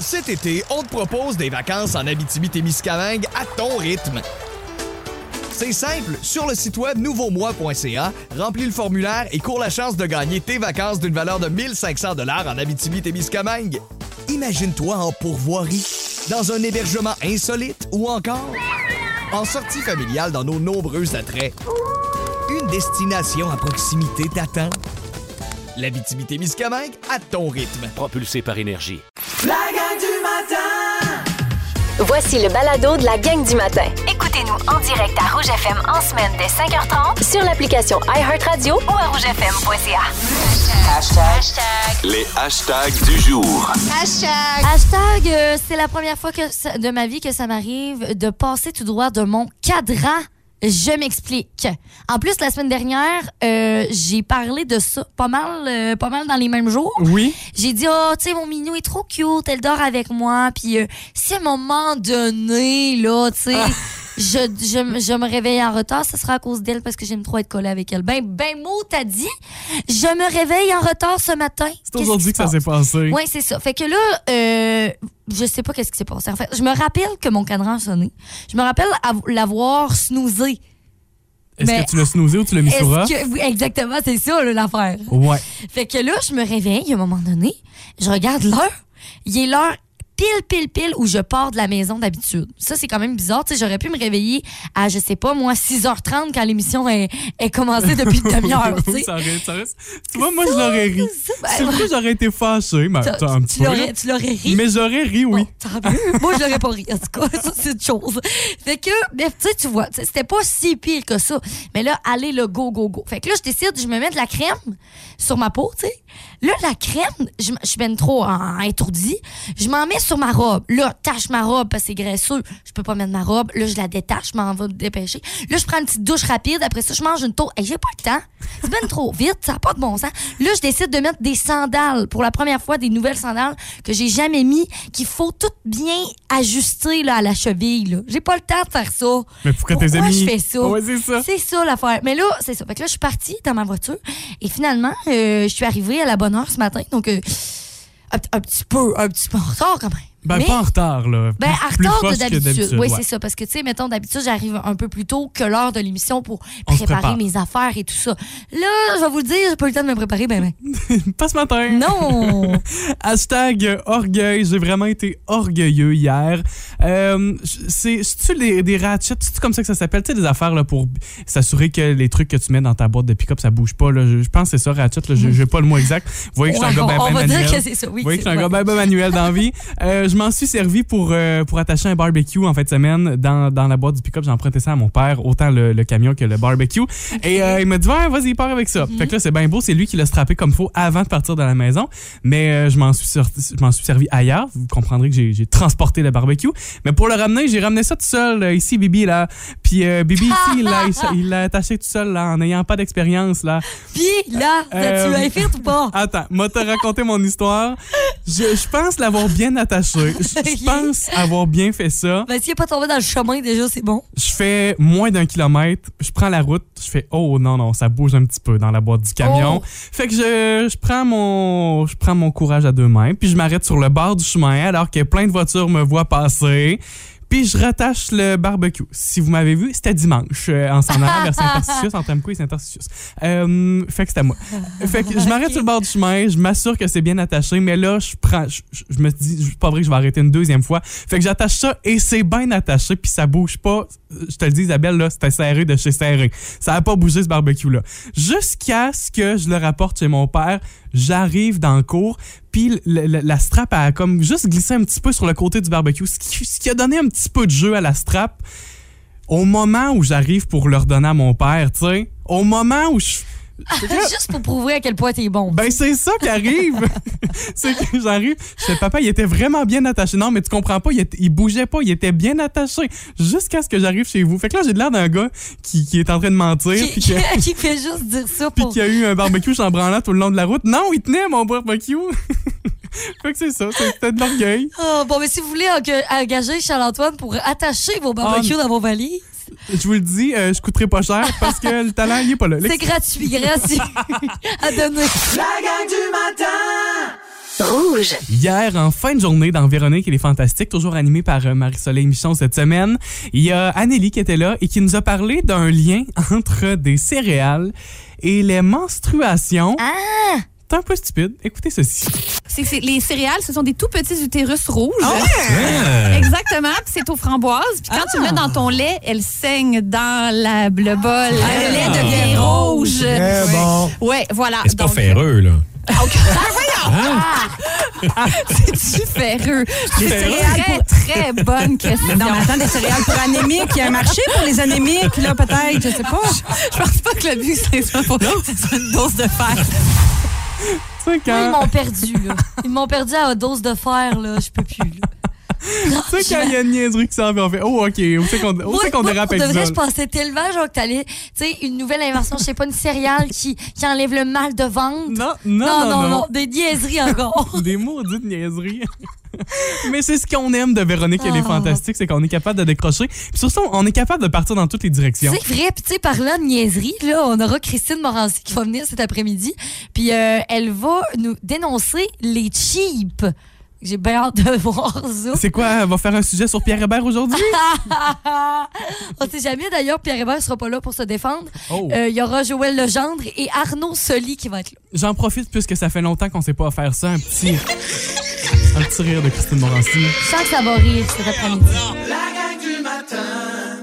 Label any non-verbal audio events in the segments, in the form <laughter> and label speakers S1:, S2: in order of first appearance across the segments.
S1: Cet été, on te propose des vacances en Abitibi-Témiscamingue à ton rythme. C'est simple, sur le site web nouveaumois.ca, remplis le formulaire et cours la chance de gagner tes vacances d'une valeur de 1500 dollars en Abitibi-Témiscamingue. Imagine-toi en pourvoirie, dans un hébergement insolite ou encore en sortie familiale dans nos nombreux attraits. Une destination à proximité t'attend. L'Abitibi-Témiscamingue à ton rythme.
S2: propulsé par énergie.
S3: La gang du matin
S4: Voici le balado de la gang du matin
S5: Écoutez-nous en direct à Rouge FM en semaine dès 5h30
S4: sur l'application iHeartRadio
S5: ou à rougefm.ca.
S6: Les hashtags du jour.
S7: Hashtag, euh, c'est la première fois que ça- de ma vie que ça m'arrive de passer tout droit de mon cadran. Je m'explique. En plus, la semaine dernière, euh, j'ai parlé de ça pas mal, euh, pas mal dans les mêmes jours.
S8: Oui.
S7: J'ai dit, oh, tu sais, mon minou est trop cute, elle dort avec moi. Puis, euh, si à un moment donné, là, tu sais,
S8: Ah.
S7: <laughs> je, je, me- je me réveille en retard, ça sera à cause d'elle parce que j'aime trop être collée avec elle. Ben, ben, mot, t'as dit, je me réveille en retard ce matin.
S8: C'est aujourd'hui que ça
S7: s'est
S8: s'est passé.
S7: oui, c'est ça. Fait que là, euh, je sais pas qu'est-ce qui s'est passé. En fait, je me rappelle que mon cadran a sonné. Je me rappelle av- l'avoir snoozé.
S8: Est-ce
S7: mais-
S8: que tu l'as snoozé ou tu l'as mis
S7: Est-ce
S8: sur off?
S7: que- oui, exactement, c'est ça là, l'affaire.
S8: Ouais.
S7: Fait que là, je me réveille à un moment donné, je regarde l'heure, il est l'heure pile, pile, pile où je pars de la maison d'habitude. Ça, c'est quand même bizarre. Tu sais, j'aurais pu me réveiller à, je sais pas, moi, 6h30 quand l'émission est, est commencée depuis une
S8: <laughs>
S7: demi-heure. Ah, tu sais.
S8: Ça aurait- ça aurait- Tu vois, moi, je l'aurais ri.
S7: ben,
S8: Sur le coup, j'aurais été fâché, mais
S7: T'as-
S8: attends, un
S7: tu
S8: petit peu.
S7: l'aurais
S8: là.
S7: tu l'aurais ri.
S8: Mais j'aurais ri, oui.
S7: Bon, tant mieux. Moi, je l'aurais pas ri, en tout cas. <laughs> Ça, c'est une chose. Fait que, bref, tu sais, tu vois, tu sais, c'était pas si pire que ça. Mais là, allez, le go, go, go. Fait que là, je décide, je me mets de la crème sur ma peau, tu sais. Là, la crème, je, m- je suis ben trop en- étourdie. Je m'en mets sur ma robe. Là, tâche ma robe parce que c'est graisseux. Je peux pas mettre ma robe. Là, je la détache, je m'en vais me dépêcher. Là, je prends une petite douche rapide. Après ça, je mange une tour. Hey, j'ai pas le temps. C'est ben trop vite. Ça n'a pas de bon sens. Là, je décide de mettre des sandales. Pour la première fois, des nouvelles sandales que j'ai jamais mis, qu'il faut tout bien ajuster là, à la cheville. là. J'ai pas le temps de faire ça.
S8: Mais pourquoi tes amis?
S7: je fais ça?
S8: Ouais, c'est ça.
S7: C'est ça l'affaire. Mais là, c'est ça. Fait que là, je suis partie dans ma voiture et finalement, euh, je suis arrivée à la bonne heure ce matin. Donc, euh, un, p- un petit peu, un petit peu en retard quand même.
S8: Ben,
S7: Mais-
S8: pas en retard, là.
S7: ben, à
S8: Plus
S7: retard
S8: proche
S7: de
S8: que
S7: d'habitude. Oui,
S8: ouais.
S7: c'est ça. Parce que, tu sais, mettons, d'habitude, j'arrive un peu plus tôt que l'heure de l'émission pour
S8: On se
S7: préparer
S8: prépare.
S7: mes affaires et tout ça. Là, je vais vous le dire, j'ai pas eu le temps de me préparer, ben, ben.
S8: Pas ce matin.
S7: Non!
S8: Hashtag euh, orgueil. J'ai vraiment été orgueilleux hier. Euh, c'est- C'est-tu des, des ratchets? C'est-tu comme ça que ça s'appelle? Tu sais, des affaires là, pour s'assurer que les trucs que tu mets dans ta boîte de pick-up, ça bouge pas. Là. Je, je pense que c'est ça, ratchet. là. Je n'ai pas le mot exact. Vous voyez que je suis un
S7: Mm. on
S8: gars
S7: on
S8: ben, ben
S7: va dire
S8: manuel.
S7: que c'est ça, oui.
S8: Vous voyez que
S7: c'est-
S8: je suis un
S7: ouais.
S8: gars ben, ben manuel dans la vie. Euh, je m'en suis servi pour, euh, pour attacher un barbecue en fin de semaine dans, dans la boîte du pick-up. J'ai emprunté ça à mon père, autant le, le camion que le barbecue. Et euh, il m'a dit, ouais, vas-y, pars avec ça. Fait que là, c'est bien beau. C'est lui qui l'a strappé comme faut avant de partir de la maison. Mais euh, je m'en suis, sorti- je m'en suis servi ailleurs. Vous comprendrez que j'ai j'ai transporté le barbecue. Mais pour le ramener, j'ai ramené ça tout seul. euh, ici, Bibi, là. Puis euh, Bibi, ici, il l'a- il l'a attaché tout seul, là, en n'ayant pas d'expérience, là.
S7: Puis là,
S8: Euh,
S7: tu l'as fait ou pas?
S8: Attends, moi te raconter mon histoire. Je, je pense l'avoir bien attaché. Je, je pense avoir bien fait ça.
S7: Ben, s'il n'est pas tombé dans le chemin, déjà, c'est bon.
S8: Je fais moins d'un kilomètre, je prends la route, je fais oh non non, ça bouge un petit peu dans la boîte du camion.
S7: Oh.
S8: Fait que je, je prends mon je prends mon courage à deux mains, puis je m'arrête sur le bord du chemin alors que plein de voitures me voient passer. Puis je rattache le barbecue. Si vous m'avez vu, c'était dimanche euh, en s'en allant vers Saint-Tarcisius, entre Amco et Saint-Tarcisius. Euh, fait que c'était à moi. Fait que je m'arrête sur le bord du chemin, je m'assure que c'est bien attaché, mais là, je prends, je, je- je me dis, c'est pas vrai que je vais arrêter une deuxième fois. Fait que j'attache ça et c'est bien attaché, puis ça bouge pas. Je te le dis, Isabelle, là, c'était serré de chez serré. Ça a pas bougé, ce barbecue-là. Jusqu'à ce que je le rapporte chez mon père, j'arrive dans le cours, puis le- le- la strap a comme juste glissé un petit peu sur le côté du barbecue, ce qui, ce qui a donné un petit peu de jeu à la strap. Au moment où j'arrive pour le redonner à mon père, tu sais, au moment où je
S7: Juste pour prouver à quel point t'es bon.
S8: ben, c'est ça qui arrive. <laughs> c'est que j'arrive. Je fais, papa, il était vraiment bien attaché. Non, mais tu comprends pas, il, était- il bougeait pas, il était bien attaché jusqu'à ce que j'arrive chez vous. Fait que là, j'ai l'air d'un gars qui, qui est en train de mentir.
S7: qui,
S8: puis
S7: <laughs>
S8: que-
S7: qui- qui fait juste dire ça <laughs>
S8: puis
S7: pour.
S8: qu'il y a eu un barbecue chambranlant tout le long de la route. Non, il tenait mon barbecue. <laughs> fait que c'est ça, c'était de l'orgueil.
S7: Ah, bon, mais si vous voulez enga- engager Charles-Antoine pour attacher vos barbecues
S8: Ah,
S7: dans vos valises,
S8: Je vous le dis, euh, je coûterai pas cher parce que le talent, il est pas là. <laughs>
S7: c'est gratuit, gratuit à donner.
S3: La gang du matin
S4: Rouge.
S8: Hier, en fin de journée, dans Véronique et les Fantastiques, toujours animée par euh, Marie-Soleil Michon cette semaine, il y a Anélie qui était là et qui nous a parlé d'un lien <laughs> entre des céréales et les menstruations.
S7: Ah!
S8: C'est un peu stupide. Écoutez ceci.
S2: C'est- c'est- les céréales, ce sont des tout petits utérus rouges.
S9: Ah
S2: Exactement. puis c'est aux framboises. Puis quand tu le mets dans ton lait, elle saigne dans la, le bol.
S9: Ah,
S2: le lait devient rouge.
S9: Très bon.
S2: Ouais, voilà. Ah!
S10: C'est pas
S2: Donc,
S10: ferreux, là.
S2: C'est-tu ferreux? C'est une très, très bonne question.
S9: Non, mais attends, des céréales pour anémiques. Il y a un marché pour les anémiques, là, peut-être. Je sais pas.
S2: Je pense pas que le but, c'est ça pour c'est une dose de fer.
S8: Tu sais,
S7: Moi, ils
S8: quand-
S7: m'ont perdu, là. Ils m'ont perdu à dose de fer, là. Je peux plus, là.
S8: Tu sais, quand il y a une niaiserie qui s'en vient, on fait Oh, OK, on sait qu'on on sait qu'on
S7: Moi,
S8: dérape
S7: pour
S8: avec
S7: de
S8: ça.
S7: vrai, je
S8: là.
S7: pensais tellement genre que t'allais, tu sais, une nouvelle invention, je sais pas, une céréale qui, qui enlève le mal de ventre.
S8: Non, non, non, non.
S7: des niaiseries encore.
S8: Des maudites niaiseries. <laughs> Mais c'est ce qu'on aime de Véronique et les
S7: Ah.
S8: Fantastiques, c'est qu'on est capable de décrocher. Puis surtout, on est capable de partir dans toutes les
S7: C'est
S8: directions.
S7: vrai, puis tu sais, parlant de niaiserie, là, on aura Christine Morancy qui va venir cet après-midi, puis euh, elle va nous dénoncer les cheap. J'ai bien hâte de <laughs> voir ça.
S8: C'est quoi? Elle va faire un sujet sur Pierre Hébert aujourd'hui?
S7: <laughs> On sait jamais d'ailleurs, Pierre Hébert sera pas là pour se défendre.
S8: Oh.
S7: Euh, Il y aura Joël Legendre et Arnaud Soli qui va être là.
S8: J'en profite puisque ça fait longtemps qu'on sait pas faire ça. Un petit. Un petit rire de Christine Morancy.
S7: Je sens que ça va rire cet après-midi.
S3: La gang du matin.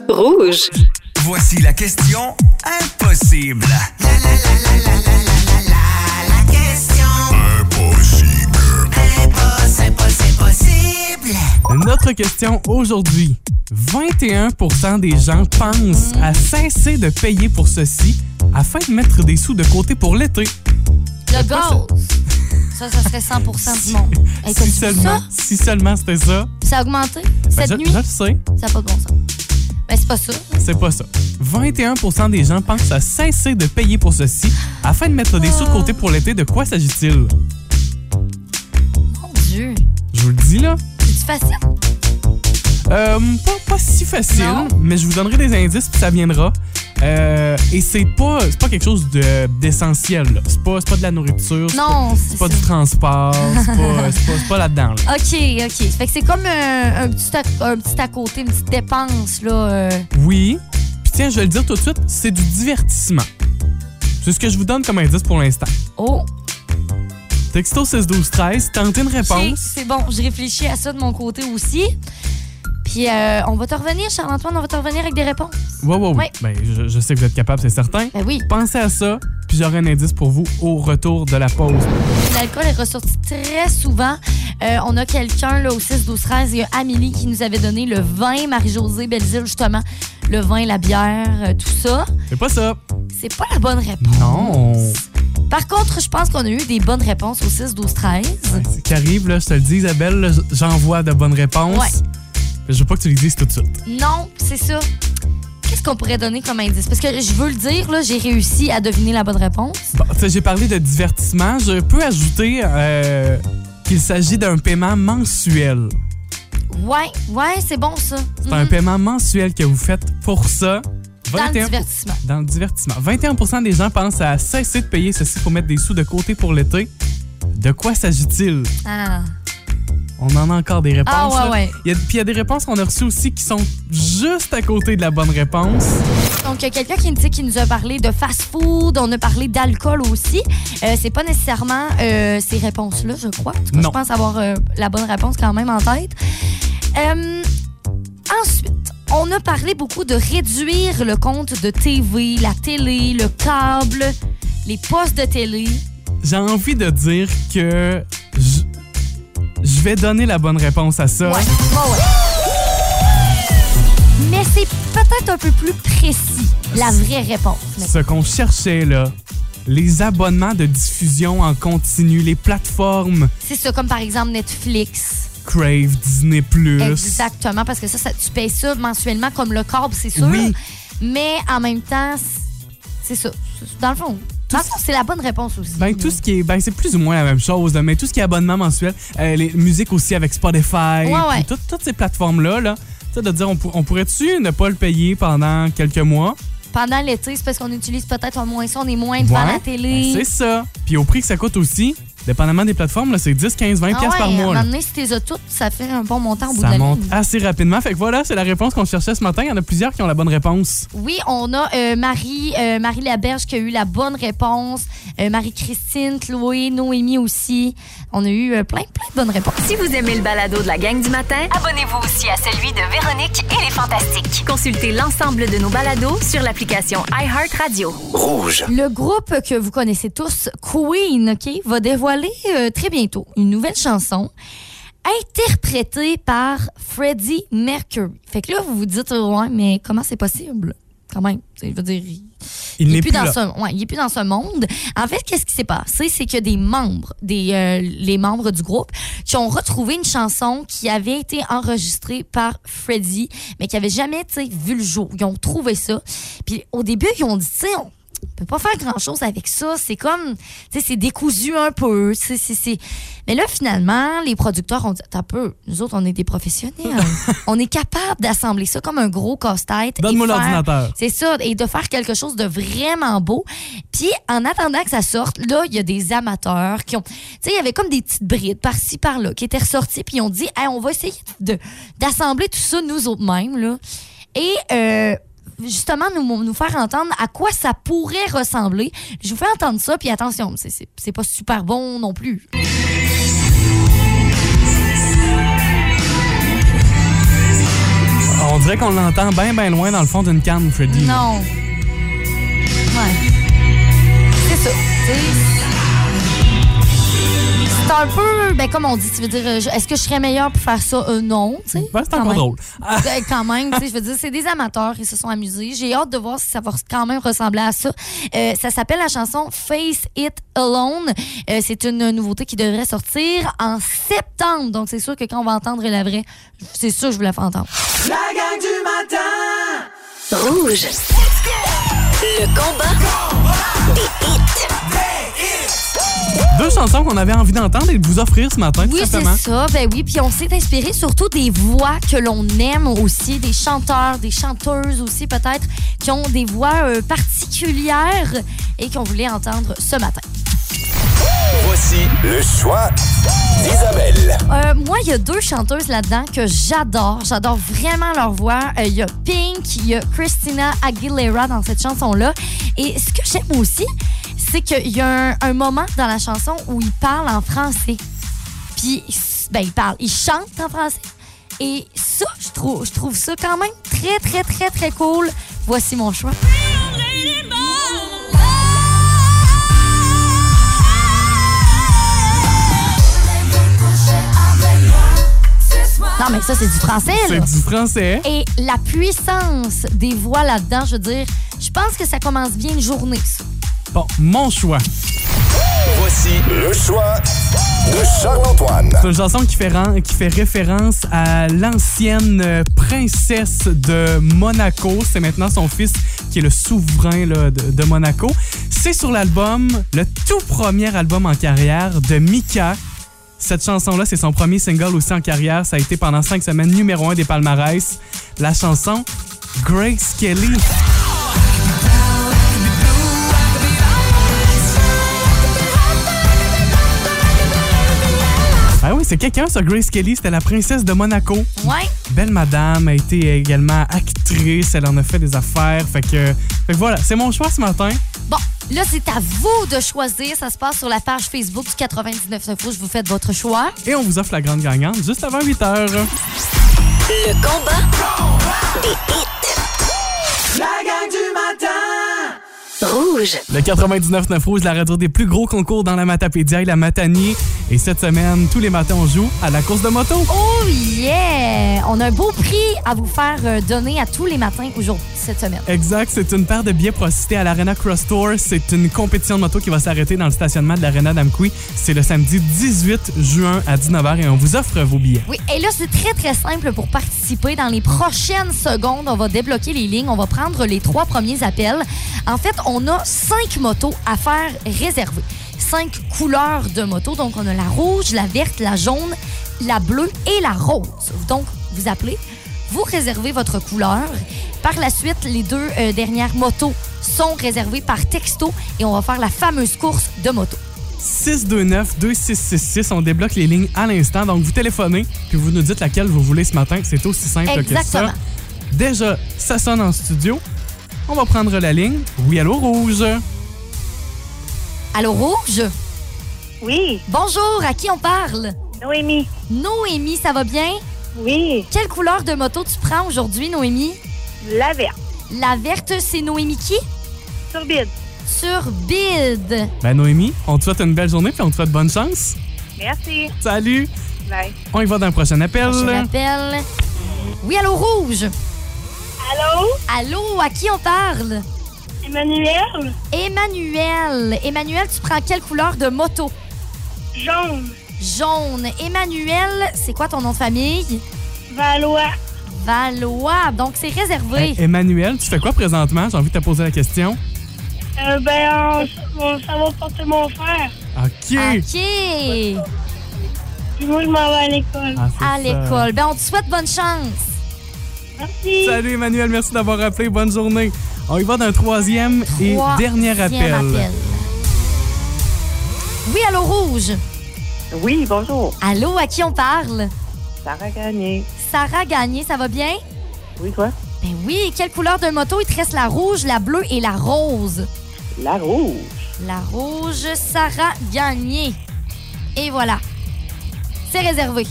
S4: Rouge.
S11: Voici la question impossible.
S3: La question. Impossible. Impossible, impossible.
S8: Notre question aujourd'hui. 21 des gens pensent à cesser de payer pour ceci afin de mettre des sous de côté pour l'été.
S7: Le gaz. Ça, ça serait 100 du monde. Hey,
S8: Si
S7: t'as-tu vu
S8: seulement,
S7: ça?
S8: si seulement c'était ça.
S7: Ça a augmenté
S8: Ben,
S7: cette
S8: je,
S7: nuit?
S8: je le sais,
S7: Ça n'a pas de bon sens. Mais c'est pas ça.
S8: c'est pas ça. 21 des gens pensent à cesser de payer pour ceci afin de mettre des sous de côté pour l'été. De quoi s'agit-il?
S7: Mon Dieu.
S8: Je vous le dis là.
S7: C'est facile.
S8: Euh, pas, pas si facile,
S7: Non.
S8: mais je vous donnerai des indices puis ça viendra. Euh, et c'est pas, c'est pas quelque chose de- d'essentiel. là. c'est pas, c'est pas de la nourriture, c'est pas-
S7: Non, c'est
S8: c'est pas, du
S7: ça.
S8: transport,
S7: <laughs>
S8: c'est pas, c'est pas- c'est pas là-dedans. là.
S7: OK, OK. Fait que c'est comme un, un petit à, un petit à côté, une petite dépense, là. euh.
S8: Oui, puis tiens, je vais le dire tout de suite, c'est du divertissement. C'est ce que je vous donne comme indice pour l'instant.
S7: Oh,
S8: Texto 6 12 13 tentez une
S7: OK,
S8: réponse.
S7: c'est bon. Je réfléchis à ça de mon côté aussi. Puis euh, on va te revenir, Charles-Antoine, on va te revenir avec des réponses.
S8: Ouais, ouais, ouais.
S7: Ouais.
S8: Ben, je, je sais que vous êtes capable, c'est certain.
S7: Ben oui,
S8: Pensez à ça, puis j'aurai un indice pour vous au retour de la pause.
S7: l'alcool est ressorti très souvent. Euh, on a quelqu'un là au 6 12 13, il y a Amélie qui nous avait donné le vin, Marie-Josée Belzile justement, le vin, la bière, euh, tout ça.
S8: C'est pas ça.
S7: C'est pas la bonne réponse.
S8: Non.
S7: Par contre, je pense qu'on a eu des bonnes réponses au 6 12 13.
S8: Ouais, C'est qui arrive, là, je te le dis, Isabelle, là, j'envoie de bonnes réponses.
S7: Ouais.
S8: Mais Je veux pas que tu les dises tout de suite.
S7: Non, c'est ça. Qu'est-ce qu'on pourrait donner comme indice parce que je veux le dire là, j'ai réussi à deviner la bonne réponse.
S8: Bon, tu sais, j'ai parlé de divertissement. Je peux ajouter euh, qu'il s'agit d'un paiement mensuel.
S7: Ouais, ouais, c'est bon ça.
S8: C'est
S7: Mhm.
S8: un hein? paiement mensuel que vous faites pour ça.
S7: Dans
S8: 21
S7: le divertissement.
S8: dans le divertissement. 21 des gens pensent à cesser de payer ceci pour mettre des sous de côté pour l'été. De quoi s'agit-il?
S7: Ah.
S8: On en a encore des réponses.
S7: Ah, ouais,
S8: là.
S7: ouais.
S8: Il y a- Puis il y a des réponses qu'on a reçues aussi qui sont juste à côté de la bonne réponse.
S7: Donc, il y a quelqu'un qui, nous dit- qui nous a parlé de fast-food, on a parlé d'alcool aussi. Euh, c'est pas nécessairement euh, ces réponses-là, je crois. En tout cas, je
S8: Non.
S7: pense avoir euh, la bonne réponse quand même en tête. Euh, ensuite, on a parlé beaucoup de réduire le compte de TV, la télé, le câble, les postes de télé.
S8: J'ai envie de dire que je, je vais donner la bonne réponse à ça.
S7: Ouais, ouais, ouais. Mais c'est peut-être un peu plus précis, la vraie réponse. Mais
S8: Ce qu'on cherchait là, les abonnements de diffusion en continu, les plateformes
S7: C'est ça, comme par exemple Netflix.
S8: Crave, Disney+.
S7: Exactement, parce que ça, ça- tu payes ça mensuellement comme le corps, c'est sûr.
S8: Oui.
S7: Mais en même temps, c'est- c'est ça. C'est- Dans le fond, dans le fond, c'est la bonne réponse aussi.
S8: Ben, tout ce qui est. Ben, c'est plus ou moins la même chose, là, mais tout ce qui est abonnement mensuel, euh, les musiques aussi avec Spotify,
S7: Ouais, ouais.
S8: puis tout- toutes ces plateformes-là, là, tu sais, de dire, on, pour- on pourrait-tu ne pas le payer pendant quelques mois?
S7: Pendant l'été, c'est parce qu'on utilise peut-être moins ça, on est moins devant
S8: Ouais.
S7: la
S8: Ben,
S7: télé.
S8: c'est ça. Puis au prix que ça coûte aussi, Dépendamment des plateformes, là, c'est 10, 15, 20
S7: Ah
S8: piastres par
S7: ouais,
S8: mois.
S7: À un
S8: là.
S7: moment donné, si t'es toutes, ça fait un bon montant au bout de
S8: Ça
S7: la
S8: monte
S7: ligne.
S8: assez rapidement. Fait que voilà, c'est la réponse qu'on cherchait ce matin. Il y en a plusieurs qui ont la bonne réponse.
S7: Oui, on a euh, Marie, euh, Marie Laberge qui a eu la bonne réponse. euh, Marie-Christine, Chloé, Noémie aussi. On a eu euh, plein, plein de bonnes réponses.
S5: Si vous aimez le balado de la gang du matin, abonnez-vous aussi à celui de Véronique et les Fantastiques. Consultez l'ensemble de nos balados sur l'application iHeartRadio.
S6: Rouge.
S7: Le groupe que vous connaissez tous, Queen, OK, va dévoiler euh, très bientôt une nouvelle chanson interprétée par Freddie Mercury. Fait que là, vous vous dites, ouais, mais comment c'est possible? Quand même, je veux dire, il-
S8: Il n'est
S7: plus,
S8: plus
S7: dans
S8: là.
S7: ce, ouais, il est plus dans ce monde. En fait, qu'est-ce qui s'est passé, c'est que des membres, des euh, les membres du groupe, qui ont retrouvé une chanson qui avait été enregistrée par Freddie, mais qui avait jamais, tu sais, vu le jour. Ils ont trouvé ça. Puis au début, ils ont dit, tu sais, on peut pas faire grand chose avec ça. C'est comme, tu sais, c'est décousu un peu. C'est, c'est, c'est- Mais là, finalement, les producteurs ont dit, attends un peu, nous autres, on est des professionnels.
S8: <laughs>
S7: on est capable d'assembler ça comme un gros casse-tête. et
S8: Donne-moi
S7: faire-
S8: l'ordinateur.
S7: c'est ça, et de faire quelque chose de vraiment beau. Puis en attendant que ça sorte, là, il y a des amateurs qui ont... Tu sais, il y avait comme des petites brides par-ci, par-là, qui étaient ressorties, puis ils ont dit, Hey, on va essayer de- d'assembler tout ça nous autres-mêmes, là. Et... euh, justement nous, nous faire entendre à quoi ça pourrait ressembler. Je vous fais entendre ça, puis attention, c'est- c'est c'est pas super bon non plus.
S8: On dirait qu'on l'entend bien, bien loin dans le fond d'une canne, Freddy.
S7: Non. Ouais. C'est ça. tu sais, C'est un peu, ben comme on dit, tu veux dire, euh, je- est-ce que je serais meilleure pour faire ça? Euh, non, tu sais.
S8: Ben, c'est
S7: quand
S8: encore
S7: même.
S8: drôle.
S7: <laughs> Ben, quand même, tu sais, je veux dire, c'est des amateurs, ils se sont amusés. J'ai hâte de voir si ça va quand même ressembler à ça. Euh, ça s'appelle la chanson Face It Alone. Euh, c'est une nouveauté qui devrait sortir en septembre. Donc, c'est sûr que quand on va entendre la vraie, c'est sûr que je vous la fais entendre.
S3: La gang du matin.
S4: Rouge. Le combat.
S8: Deux chansons qu'on avait envie d'entendre et de vous offrir ce matin,
S7: Oui,
S8: tout
S7: c'est
S8: simplement.
S7: ça. Ben oui, puis on s'est inspiré surtout des voix que l'on aime aussi, des chanteurs, des chanteuses aussi peut-être, qui ont des voix euh, particulières et qu'on voulait entendre ce matin.
S6: Voici le choix d'Isabelle.
S7: Euh, moi, il y a deux chanteuses là-dedans que j'adore. J'adore vraiment leur voix. Euh, Il y a Pink, il y a Christina Aguilera dans cette chanson-là. Et ce que j'aime aussi, c'est qu'il y a un, un moment dans la chanson où ils parlent en français. Puis, ben, ils parlent, ils chantent en français. Et ça, je trouve, je trouve ça quand même très, très, très, très cool. Voici mon choix. Non, mais ça, c'est du français, là.
S8: C'est du français.
S7: Et la puissance des voix là-dedans, je veux dire, je pense que ça commence bien une journée, ça.
S8: Bon, mon choix.
S6: Voici le choix de Charles-Antoine.
S8: C'est une chanson qui fait, ren- qui fait référence à l'ancienne euh, princesse de Monaco. C'est maintenant son fils qui est le souverain là, de, de Monaco. C'est sur l'album, le tout premier album en carrière de Mika. Cette chanson-là, c'est son premier single aussi en carrière. Ça a été pendant cinq semaines numéro un des palmarès. La chanson Grace Kelly. Ah oui, c'est quelqu'un, ça, Grace Kelly. C'était la princesse de Monaco.
S7: Ouais.
S8: Belle Madame a été également actrice, elle en a fait des affaires. Fait que, fait que voilà, c'est mon choix ce matin.
S7: Bon, là, c'est à vous de choisir. Ça se passe sur la page Facebook du 99 Info. Je vous faites votre choix.
S8: Et on vous offre la grande gagnante juste avant 8 heures.
S4: Le combat.
S3: La gang du matin.
S4: Rouge.
S8: Le 99.9 Rouge, la radio des plus gros concours dans la Matapédia et la Matanie. Et cette semaine, tous les matins, on joue à la course de moto.
S7: Oh yeah! On a un beau prix à vous faire euh, donner à tous les matins aujourd'hui, cette semaine.
S8: Exact, c'est une paire de billets pour assister à l'Arena Cross Tour. C'est une compétition de moto qui va s'arrêter dans le stationnement de l'Arena d'Amqui. C'est le samedi 18 juin à 19h et on vous offre vos billets.
S7: Oui, et là, c'est très, très simple pour participer. Dans les prochaines secondes, on va débloquer les lignes. On va prendre les trois premiers appels. En fait, on a cinq motos à faire réserver. Cinq couleurs de motos. Donc, on a la rouge, la verte, la jaune, la bleue et la rose. Donc, vous appelez, vous réservez votre couleur. Par la suite, les deux euh, dernières motos sont réservées par texto et on va faire la fameuse course de moto.
S8: 629-2666. On débloque les lignes à l'instant. Donc, vous téléphonez, puis vous nous dites laquelle vous voulez ce matin. C'est aussi simple que
S7: Exactement.
S8: ça. Déjà, ça sonne en studio. On va prendre la ligne. Oui, allô, rouge.
S7: Allô, Rouge? Oui. Bonjour, à qui on parle? Noémie. Noémie, ça va bien? Oui. Quelle couleur de moto tu prends aujourd'hui, Noémie? La verte. La verte, c'est Noémie qui? Turbide. Turbide.
S8: Ben, Noémie, on te souhaite une belle journée, puis on te souhaite bonne chance.
S7: Merci.
S8: Salut.
S7: Bye.
S8: On y va dans le prochain appel.
S7: Je l'appelle. Oui, allô, Rouge? Allô? Allô, à qui on parle? Emmanuel. Emmanuel. Emmanuel, tu prends quelle couleur de moto? Jaune. Jaune. Emmanuel, c'est quoi ton nom de famille? Valois. Valois. Donc, c'est réservé.
S8: Hey, Emmanuel, tu fais quoi présentement? J'ai envie de te poser la question.
S10: ben, on, ça va porter mon frère.
S8: OK.
S7: OK. moi, je m'en vais à l'école.
S8: Ah, c'est
S7: à
S8: ça.
S7: l'école. Ben, on te souhaite bonne chance. Merci.
S8: Salut Emmanuel, merci d'avoir appelé. Bonne journée. On y va d'un troisième et
S7: Troisième
S8: dernier appel.
S7: appel. Oui, allô, Rouge? Oui, bonjour. Allô, à qui on parle? Sarah Gagné. Sarah Gagné, ça va bien? Oui, toi? Ben oui, quelle couleur de moto? Il te reste la rouge, la bleue et la rose.
S12: La rouge.
S7: La rouge, Sarah Gagné. Et voilà. C'est réservé.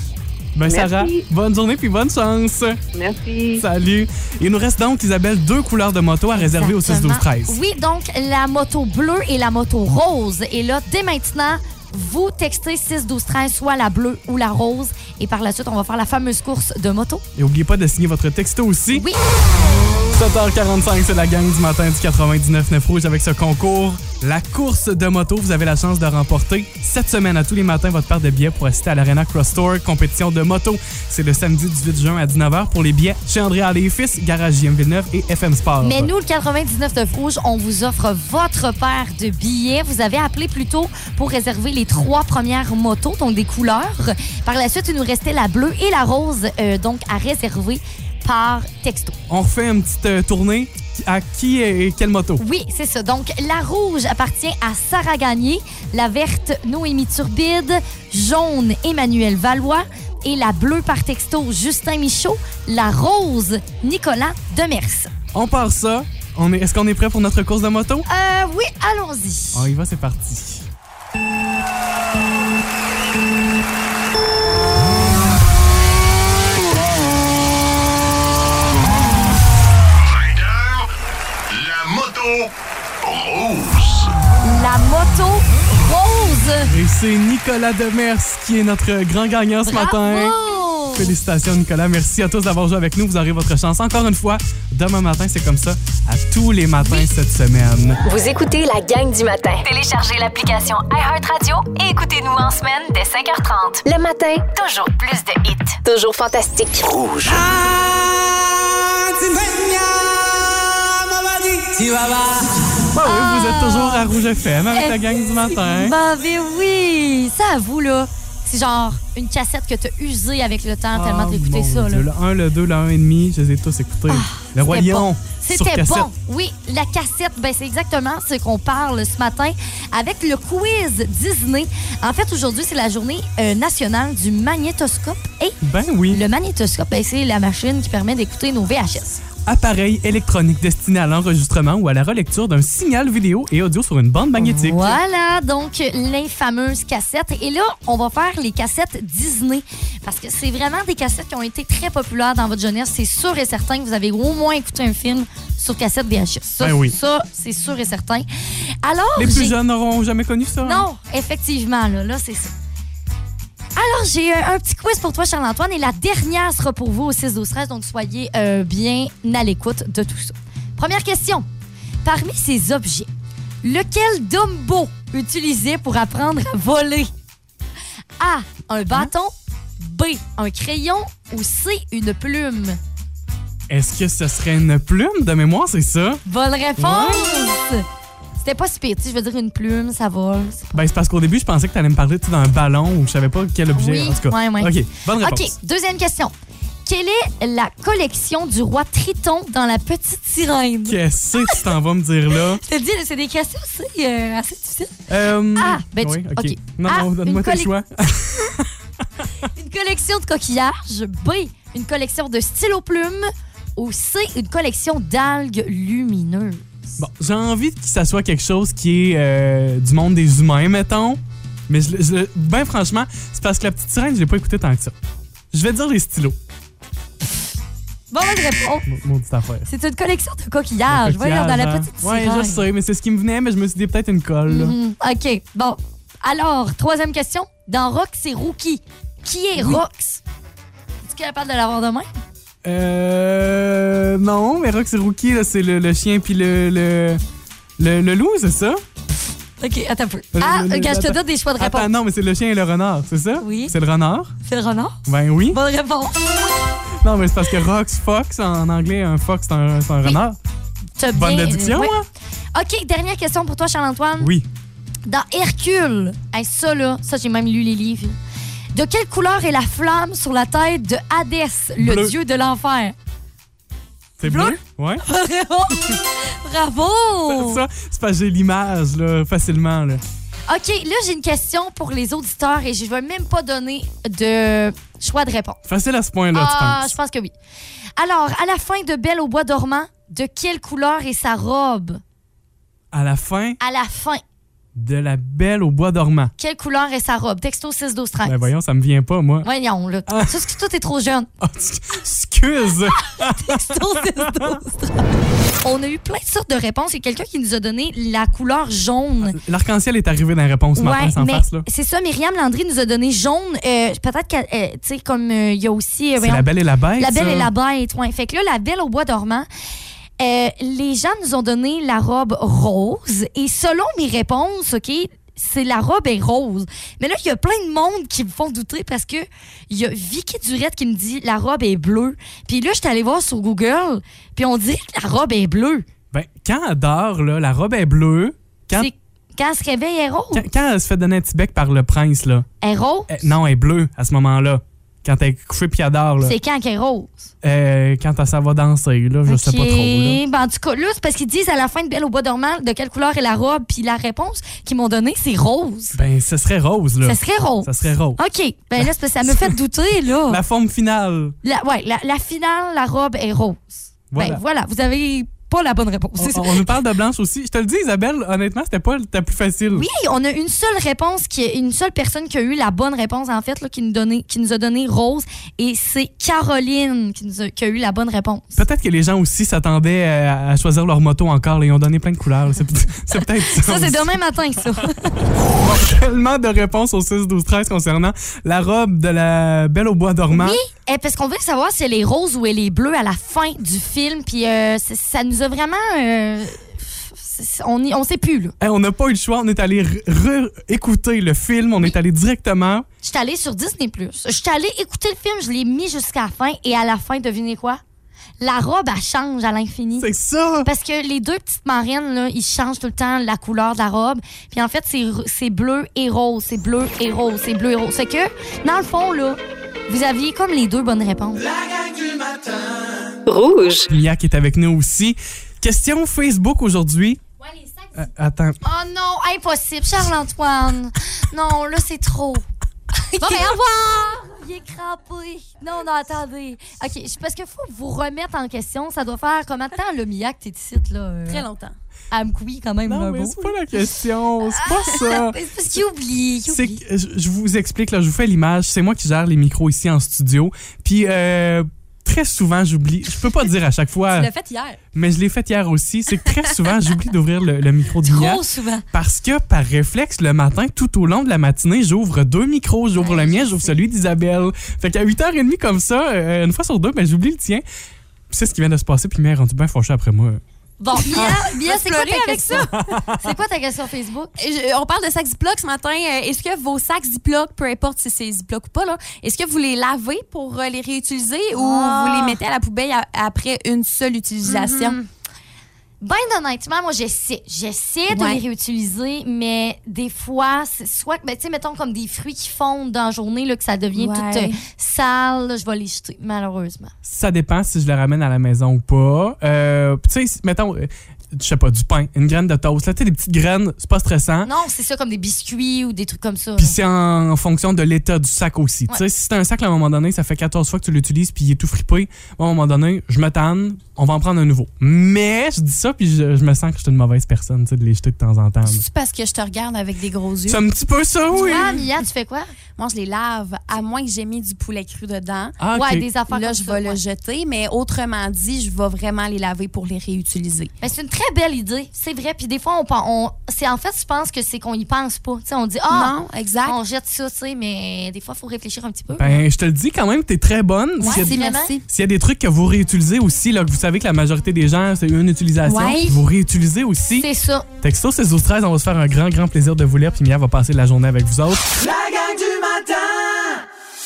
S8: Ben
S7: Merci.
S8: Sarah, bonne journée puis bonne chance.
S7: Merci.
S8: Salut. Il nous reste donc, Isabelle, deux couleurs de moto à réserver au 6-12-13.
S7: Oui, donc la moto bleue et la moto rose. Et là, dès maintenant, vous textez 6 12 13 soit la bleue ou la rose. Et par la suite, on va faire la fameuse course de moto.
S8: Et oubliez pas de signer votre texto aussi.
S7: Oui.
S8: 7h45, c'est la gang du matin du 99.9 Rouge avec ce concours. La course de moto, vous avez la chance de remporter cette semaine à tous les matins votre paire de billets pour assister à l'Arena Cross Tour, compétition de moto. C'est le samedi 18 juin à 19h pour les billets chez André Allé et Fils, Garage JM Villeneuve et FM Sport.
S7: Mais nous, le 99 de Rouge, on vous offre votre paire de billets. Vous avez appelé plus tôt pour réserver les trois premières motos, donc des couleurs. Par la suite, il nous restait la bleue et la rose, euh, donc à réserver par texto.
S8: On refait une petite euh, tournée à qui et quelle moto?
S7: Oui, c'est ça. Donc, la rouge appartient à Sarah Gagné, la verte Noémie Turbide, jaune Emmanuel Valois et la bleue par texto Justin Michaud, la rose Nicolas Demers.
S8: On part ça. On est, est-ce qu'on est prêt pour notre course de moto?
S7: Euh, oui, allons-y.
S8: On y va, c'est parti.
S13: La moto rouge.
S7: La moto rose.
S8: Et c'est Nicolas Demers qui est notre grand gagnant ce
S7: Bravo!
S8: matin. Félicitations Nicolas, merci à tous d'avoir joué avec nous. Vous aurez votre chance encore une fois. Demain matin, c'est comme ça, à tous les matins cette semaine.
S5: Vous écoutez la gang du matin. Téléchargez l'application iHeartRadio et écoutez-nous en semaine dès 5h30. Le matin, toujours plus de hits. Toujours fantastique. Rouge.
S8: Bah
S7: Ah!
S8: oui, vous êtes toujours à Rouge FM avec la gang du matin.
S7: Bah, ben oui, ça avoue, là. C'est genre une cassette que t'as usée avec le temps
S8: Ah,
S7: tellement t'as écouté ça, là.
S8: Oh,
S7: Ah,
S8: Le 1, le 2, le 1 et demi, je les ai tous écoutés. le Roi
S7: C'était
S8: Lion
S7: bon.
S8: sur
S7: C'était
S8: cassette.
S7: bon. Oui, la cassette, ben, c'est exactement ce qu'on parle ce matin avec le quiz Disney. En fait, aujourd'hui, c'est la journée euh, nationale du magnétoscope. Et
S8: ben oui.
S7: le magnétoscope, ben, c'est la machine qui permet d'écouter nos VHS.
S8: Appareil électronique destiné à l'enregistrement ou à la relecture d'un signal vidéo et audio sur une bande magnétique.
S7: Voilà, donc les fameuses cassettes. Et là, on va faire les cassettes Disney. Parce que c'est vraiment des cassettes qui ont été très populaires dans votre jeunesse. C'est sûr et certain que vous avez au moins écouté un film sur cassette VHS. Ça,
S8: Ben oui.
S7: ça c'est sûr et certain. Alors,
S8: Les plus
S7: j'ai-
S8: jeunes n'auront jamais connu ça. hein?
S7: Non, effectivement, là, là c'est ça. Alors, j'ai euh, un, petit quiz pour toi, Charles-Antoine, et la dernière sera pour vous au 6 12 13 donc soyez euh, bien à l'écoute de tout ça. Première question. Parmi ces objets, lequel Dumbo utilisait pour apprendre à voler? A. Un bâton. B. Un crayon. Ou C. Une plume.
S8: Est-ce que ce serait une plume de mémoire, c'est ça?
S7: Bonne réponse! C'était pas si pire. tu sais, Je veux dire, une plume, ça vole. c'est
S8: Ben, c'est parce qu'au début, je pensais que tu allais me parler tu sais, d'un ballon ou je savais pas quel objet.
S7: Oui,
S8: en tout cas.
S7: ouais, ouais.
S8: OK, bonne réponse.
S7: OK, deuxième question. Quelle est la collection du roi Triton dans la petite sirène?
S8: Qu'est-ce que tu t'en vas me dire là?
S7: Je te dis, c'est des questions aussi euh, assez difficiles.
S8: Euh,
S7: <laughs> ah, ben tu-
S8: oui,
S7: OK.
S8: Non,
S7: A,
S8: non, donne-moi
S7: une
S8: tes
S7: collec-
S8: choix.
S7: Une collection de coquillages. B, une collection de stylos plumes. Ou C, une collection d'algues lumineuses.
S8: Bon, j'ai envie que ça soit quelque chose qui est euh, du monde des humains, mettons. Mais je, le- je le- ben franchement, c'est parce que la petite sirène, je l'ai pas écoutée tant que ça. Je vais dire les stylos.
S7: Bonne réponse.
S8: Mon- Maudite affaire.
S7: C'est une collection de coquillages. Voyons, dans la
S8: Coquillage,
S7: petite
S8: hein. Ouais,
S7: sirène.
S8: je sais, mais c'est ce qui me venait, mais je me suis dit peut-être une colle. là.
S7: Mhm. OK, bon. Alors, troisième question. Dans Rox, c'est Rookie. Qui est
S8: Oui.
S7: Rox? Est-ce qu'elle parle de l'avoir demain?
S8: Euh. Non, mais Roxy Rookie, là, c'est le, le chien puis le. le... Le, le loup, c'est ça?
S7: OK, attends un peu.
S8: Le-
S7: Ah,
S8: le- le-
S7: regarde, je te
S8: attends-
S7: donne des choix de réponse.
S8: Attends, non, mais c'est le chien et le renard, c'est ça?
S7: Oui.
S8: C'est le renard?
S7: C'est le renard?
S8: Ben oui.
S7: Bonne réponse.
S8: Non, mais c'est parce que Rox, Fox, en anglais, un fox, c'est un, c'est un renard.
S7: T'as
S8: Bonne
S7: bien-
S8: addiction,
S7: oui.
S8: hein?
S7: OK, dernière question pour toi, Charles-Antoine.
S8: Oui.
S7: Dans Hercule, hey, ça là, ça j'ai même lu les livres. De quelle couleur est la flamme sur la tête de Hadès, le
S8: Bleu.
S7: dieu de l'enfer?
S8: C'est bleu? Ouais. <laughs>
S7: Bravo!
S8: Ça, c'est parce que j'ai l'image, là, facilement, là.
S7: OK, là j'ai une question pour les auditeurs et je vais même pas donner de choix de réponse.
S8: Facile à ce point-là,
S7: ah,
S8: tu
S7: je pense que oui. Alors, à la fin de Belle au bois dormant, de quelle couleur est sa robe?
S8: penses. À la fin
S7: À la fin,
S8: de La Belle au Bois dormant.
S7: quelle couleur est sa robe? Texto 6 12 13.
S8: Ben voyons, Ah. ça me vient pas, moi.
S7: Voyons, là. Ça, c'est que toi, t'es trop jeune.
S8: <laughs> Excuse!
S7: On a eu plein de sortes de réponses. Il y a quelqu'un qui nous a donné la couleur jaune.
S8: L'arc-en-ciel est arrivé dans la réponse matin, Ah, sans
S7: mais
S8: face, là.
S7: c'est ça, Myriam Landry nous a donné jaune. euh, Peut-être qu'elle, euh, tu sais, comme euh, il y a aussi. euh,
S8: C'est
S7: voyons,
S8: la Belle et la Bête,
S7: La belle
S8: ça.
S7: et la bête, ouais. Fait que là, la belle au bois dormant. euh, les gens nous ont donné la robe rose et selon mes réponses, OK, c'est la robe est rose. Mais là, il y a plein de monde qui me font douter parce que il y a Vicky Durette qui me dit la robe est bleue. Puis là, je suis allée voir sur Google, puis on dit que la robe est bleue.
S8: Ben, quand elle dort, là, la robe est bleue. Quand,
S7: C'est- Quand elle se réveille, elle est rose.
S8: quand, quand elle se fait donner un petit bec par le prince, là.
S7: Elle est rose.
S8: elle- non, elle est bleue à ce moment-là. Quand elle est couchée puis elle dort, là.
S7: C'est quand qu'elle est rose.
S8: Euh, quand elle s'en va danser, là, je sais pas trop, là.
S7: OK. Ben, en tout cas, là, c'est parce qu'ils disent à la fin de Belle au bois dormant de quelle couleur est la robe, puis la réponse qu'ils m'ont donnée, c'est rose.
S8: Ben, ce serait rose, là.
S7: Ça serait rose.
S8: Ça serait rose.
S7: OK. Ben là, c'est parce que ça me fait douter, là.
S8: <laughs> La forme finale.
S7: <laughs> La, ouais, la, la finale, la robe est rose.
S8: Voilà.
S7: Ben voilà, vous avez pas la bonne réponse.
S8: On, on nous parle de blanche aussi. Je te le dis, Isabelle, honnêtement, c'était pas ta plus facile.
S7: Oui, on a une seule réponse, qui est- une seule personne qui a eu la bonne réponse, en fait, là, qui, nous donnait- qui nous a donné rose, et c'est Caroline qui, nous a, qui a eu la bonne réponse.
S8: Peut-être que les gens aussi s'attendaient à, à choisir leur moto encore. là. Ils ont donné plein de couleurs. C'est peut- <laughs> c'est peut-être ça.
S7: Ça, c'est
S8: aussi.
S7: demain matin,
S8: <laughs>
S7: ça.
S8: Tellement de réponses au 6, 12, 13 concernant la robe de la Belle au Bois dormant.
S7: Oui, eh, parce qu'on veut savoir si elle est rose ou elle est bleue à la fin du film, puis euh, c'est- ça nous a vraiment... euh, c'est- on, y- on sait plus, là.
S8: Hey, on n'a pas eu le choix. On est allé re- re- écouter le film. On est allé directement.
S7: Je suis allée sur Disney+. Je suis allée écouter le film, je l'ai mis jusqu'à la fin. Et à la fin, devinez quoi? La robe, elle change à l'infini.
S8: C'est ça!
S7: Parce que les deux petites marraines, là, ils changent tout le temps la couleur de la robe. Puis en fait, c'est r- c'est bleu et rose, c'est bleu et rose, c'est bleu et rose. C'est que, dans le fond, là, vous aviez comme les deux bonnes réponses.
S8: Rouge. Mia qui est avec nous aussi. Question Facebook aujourd'hui. Euh, attends.
S7: Oh non, impossible, Charles-Antoine. non, là, c'est
S12: <laughs>
S7: trop. Bon, ben, au revoir! Il est crampé. Non, non, attendez. OK, c'est parce qu'il faut vous remettre en question. Ça doit faire combien de temps, le Mia, que t'es ici, là? euh,
S9: Très longtemps.
S7: Ah, me couille quand même.
S8: Non,
S7: là,
S8: mais
S7: beau.
S8: c'est pas la question. C'est pas <laughs> ça.
S7: Mais c'est parce qu'il oublie. il
S8: C'est
S7: oublie.
S8: que- je je vous explique, là, je vous fais l'image. C'est moi qui gère les micros ici en studio. Puis euh, très souvent, j'oublie. Je peux pas dire à chaque fois,
S9: Tu l'as fait hier.
S8: mais je l'ai fait hier aussi. C'est que très souvent, <laughs> j'oublie d'ouvrir le, le micro du mien.
S9: Trop souvent.
S8: Parce que par réflexe, le matin, tout au long de la matinée, j'ouvre deux micros. J'ouvre le mien, j'ouvre celui d'Isabelle. Fait qu'à 8h30 comme ça, euh, une fois sur deux, ben, j'oublie le tien. Puis C'est ce qui vient de se passer, puis il m'a rendu bien fâché après moi.
S7: Bon,
S12: Ah.
S7: Mia, Mia
S9: Vas-tu
S7: c'est quoi
S9: pleurer
S7: ta
S9: avec
S7: question? <laughs> C'est quoi ta question Facebook?
S12: Je- on parle de sacs Ziploc ce matin. Euh, Est-ce que vos sacs Ziploc, peu importe si c'est Ziploc ou pas, là, est-ce que vous les lavez pour euh, les réutiliser ou
S7: Ah.
S12: vous les mettez à la poubelle a- après une seule utilisation?
S7: Mhm. Ben honnêtement, moi j'essaie, j'essaie de
S2: Ouais.
S7: les réutiliser, mais des fois, c'est soit ben, tu sais mettons comme des fruits qui fondent dans la journée là, que ça devient
S2: Ouais.
S7: tout euh, sale, là, je vais les jeter malheureusement.
S8: Ça dépend si je le ramène à la maison ou pas. Euh, tu sais, si- mettons, euh, je sais pas, du pain, une graine de toast. Là, tu sais, des petites graines, c'est pas stressant.
S7: Non, c'est ça comme des biscuits ou des trucs comme ça. là.
S8: Puis c'est en, en fonction de l'état du sac aussi. Tu
S7: Ouais.
S8: sais, si c'est un sac, là, à un moment donné, ça fait 14 fois que tu l'utilises, puis il est tout fripé. Moi, à un moment donné, je me tanne, on va en prendre un nouveau. Mais je dis ça, puis je, je me sens que je suis une mauvaise personne, tu sais, de les jeter de temps en temps. là.
S14: C'est parce que je te regarde avec des gros yeux.
S8: C'est un petit peu ça, oui.
S14: Ah,
S7: Mia, tu fais quoi?
S14: Moi, je les lave, à moins que j'ai mis du poulet cru dedans.
S8: Ah, ok. Ouais, des affaires
S14: Là,
S7: comme
S14: je
S7: ça,
S14: vais le jeter, mais autrement dit, je vais vraiment les laver pour les réutiliser.
S7: Mais Ben, c'est une très belle idée, c'est vrai. Puis des fois, on, pen- on c'est en fait, je pense que c'est qu'on y pense pas. Tu sais, on dit ah,
S14: Non, exact.
S7: on jette ça, tu sais, mais des fois, faut réfléchir un petit peu.
S8: Ben, je te le dis quand même, t'es très bonne. S'il y a-
S7: c'est vraiment-
S8: S'il y a des trucs que vous réutilisez aussi, là, que vous savez que la majorité des gens, c'est une utilisation,
S7: Ouais.
S8: puis vous réutilisez aussi.
S7: C'est ça.
S8: Texto, c'est 13 on va se faire un grand, grand plaisir de vous lire, puis Mia va passer la journée avec vous autres.
S3: La gang du matin.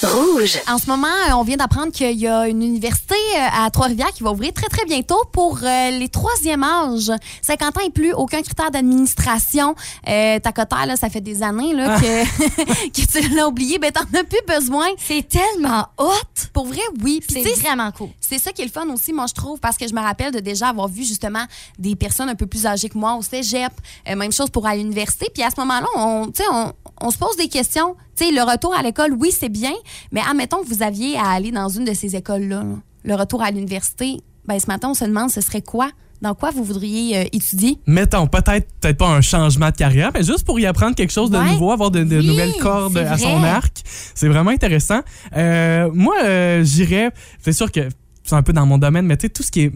S4: Rouge.
S14: En ce moment, euh, on vient d'apprendre qu'il y a une université euh, à Trois-Rivières qui va ouvrir très, très bientôt pour euh, les troisième âge. 50 ans et plus, aucun critère d'administration. Euh, ta cotère, là, ça fait des années là, que, <laughs> que tu l'as oublié. Ben, t'en as plus besoin.
S7: Ah. C'est tellement hot.
S14: Pour vrai, oui. Puis
S7: C'est
S14: tu sais,
S7: vraiment cool.
S14: C'est ça qui est le fun aussi, moi, je trouve, parce que je me rappelle de déjà avoir vu justement des personnes un peu plus âgées que moi au cégep. Euh, même chose pour à l'université. Puis à ce moment-là, on, tu sais, on, on se pose des questions. Tu sais, le retour à l'école, oui, c'est bien, mais admettons que vous aviez à aller dans une de ces écoles-là. là. Le retour à l'université, ben, ce matin, on se demande ce serait quoi? Dans quoi vous voudriez euh, étudier?
S8: Mettons, peut-être peut-être pas un changement de carrière, mais juste pour y apprendre quelque chose de
S14: Ouais.
S8: nouveau, avoir de, de
S14: Oui,
S8: nouvelles cordes
S14: c'est
S8: à son
S14: vrai.
S8: arc. C'est vraiment intéressant. Euh, moi, euh, j'irais, c'est sûr que c'est un peu dans mon domaine, mais tu sais, tout ce qui est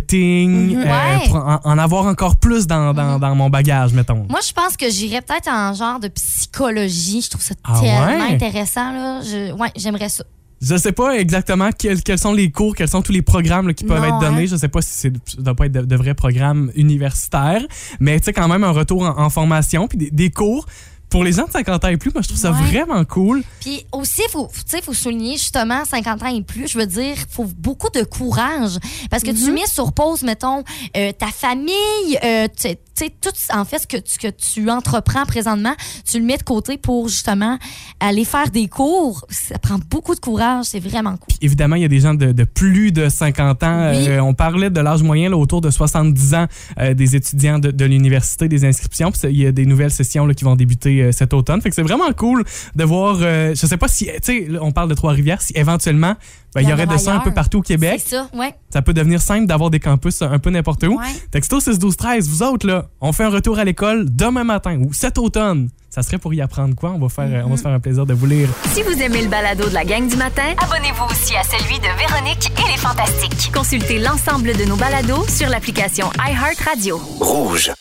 S8: marketing,
S7: Mhm.
S8: euh,
S7: Ouais. Mhm.
S8: pour en, en avoir encore plus dans, dans, dans mon bagage, mettons.
S7: Moi, je pense que j'irais peut-être en genre de psychologie. Je trouve ça
S8: Ah
S7: tellement
S8: ouais?
S7: intéressant. Là. Je, ouais, j'aimerais ça.
S8: Je sais pas exactement quels, quels sont les cours, quels sont tous les programmes là, qui peuvent
S7: Non,
S8: être donnés.
S7: hein?
S8: Je sais pas si c'est- ça doit pas être de, de vrais programmes universitaires, mais tu sais quand même un retour en, en formation puis des, des cours pour les gens de 50 ans et plus. Moi, je trouve ça vraiment cool.
S7: Puis aussi, il faut, tu sais, faut souligner justement 50 ans et plus, je veux dire, faut beaucoup de courage. Parce que
S8: Mhm.
S7: tu mets sur pause, mettons, euh, ta famille, euh, tu tu sais, tout, en fait, ce que, tu- que tu entreprends présentement, tu le mets de côté pour justement aller faire des cours. Ça prend beaucoup de courage, c'est vraiment cool.
S8: Puis évidemment, il y a des gens de, de plus de 50 ans.
S7: Oui.
S8: Euh, on parlait de l'âge moyen là, autour de 70 ans euh, des étudiants de, de l'université, des inscriptions. Puis ça, il y a des nouvelles sessions là, qui vont débuter euh, cet automne. Fait que c'est vraiment cool de voir. euh, je sais pas si, tu sais, là, on parle de Trois-Rivières, si éventuellement, ben, il y,
S7: en
S8: aurait de
S7: aura
S8: ça un
S7: ailleurs.
S8: peu partout au Québec.
S7: C'est ça, ouais.
S8: Ça peut devenir simple d'avoir des campus un peu n'importe où.
S7: Ouais.
S8: Texto 6 12 13 vous autres, là, on fait un retour à l'école demain matin ou cet automne. Ça serait pour y apprendre quoi? On va, faire,
S7: Mm-hmm.
S8: euh, on va se faire un plaisir de vous lire.
S5: Si vous aimez le balado de la gang du matin, abonnez-vous aussi à celui de Véronique et les Fantastiques. Consultez l'ensemble de nos balados sur l'application iHeartRadio.
S6: Rouge.